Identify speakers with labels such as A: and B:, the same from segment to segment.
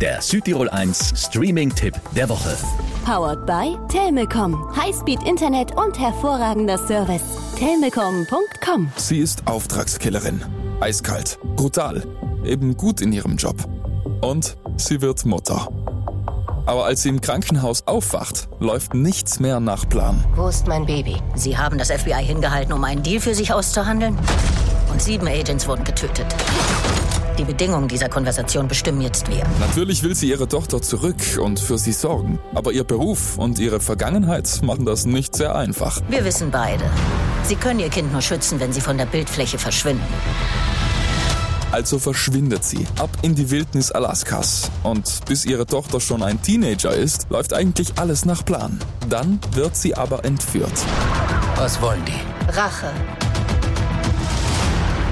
A: Der Südtirol 1 Streaming-Tipp der Woche.
B: Powered by Telmecom. Highspeed-Internet und hervorragender Service. Telmecom.com
C: Sie ist Auftragskillerin. Eiskalt, brutal, eben gut in ihrem Job. Und sie wird Mutter. Aber als sie im Krankenhaus aufwacht, läuft nichts mehr nach Plan.
D: Wo ist mein Baby? Sie haben das FBI hingehalten, um einen Deal für sich auszuhandeln. Und sieben Agents wurden getötet. Die Bedingungen dieser Konversation bestimmen jetzt wir.
C: Natürlich will sie ihre Tochter zurück und für sie sorgen. Aber ihr Beruf und ihre Vergangenheit machen das nicht sehr einfach.
D: Wir wissen beide. Sie können ihr Kind nur schützen, wenn sie von der Bildfläche verschwinden.
C: Also verschwindet sie ab in die Wildnis Alaskas. Und bis ihre Tochter schon ein Teenager ist, läuft eigentlich alles nach Plan. Dann wird sie aber entführt.
E: Was wollen die?
F: Rache.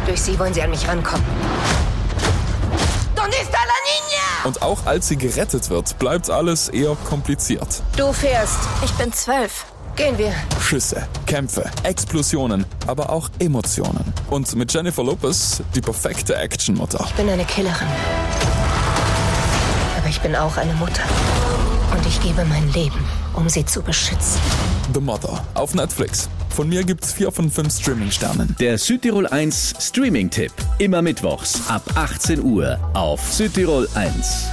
F: Durch sie wollen sie an mich rankommen. ¿Dónde está la niña?
C: Und auch als sie gerettet wird, bleibt alles eher kompliziert.
F: Du fährst.
G: Ich bin zwölf.
F: Gehen wir.
C: Schüsse, Kämpfe, Explosionen, aber auch Emotionen. Und mit Jennifer Lopez die perfekte Actionmutter.
F: Ich bin eine Killerin. Aber ich bin auch eine Mutter. Und ich gebe mein Leben, um sie zu beschützen.
C: The Mother auf Netflix. Von mir gibt's vier von fünf Streaming-Sternen.
A: Der Südtirol 1 Streaming-Tipp. Immer mittwochs ab 18 Uhr auf Südtirol 1.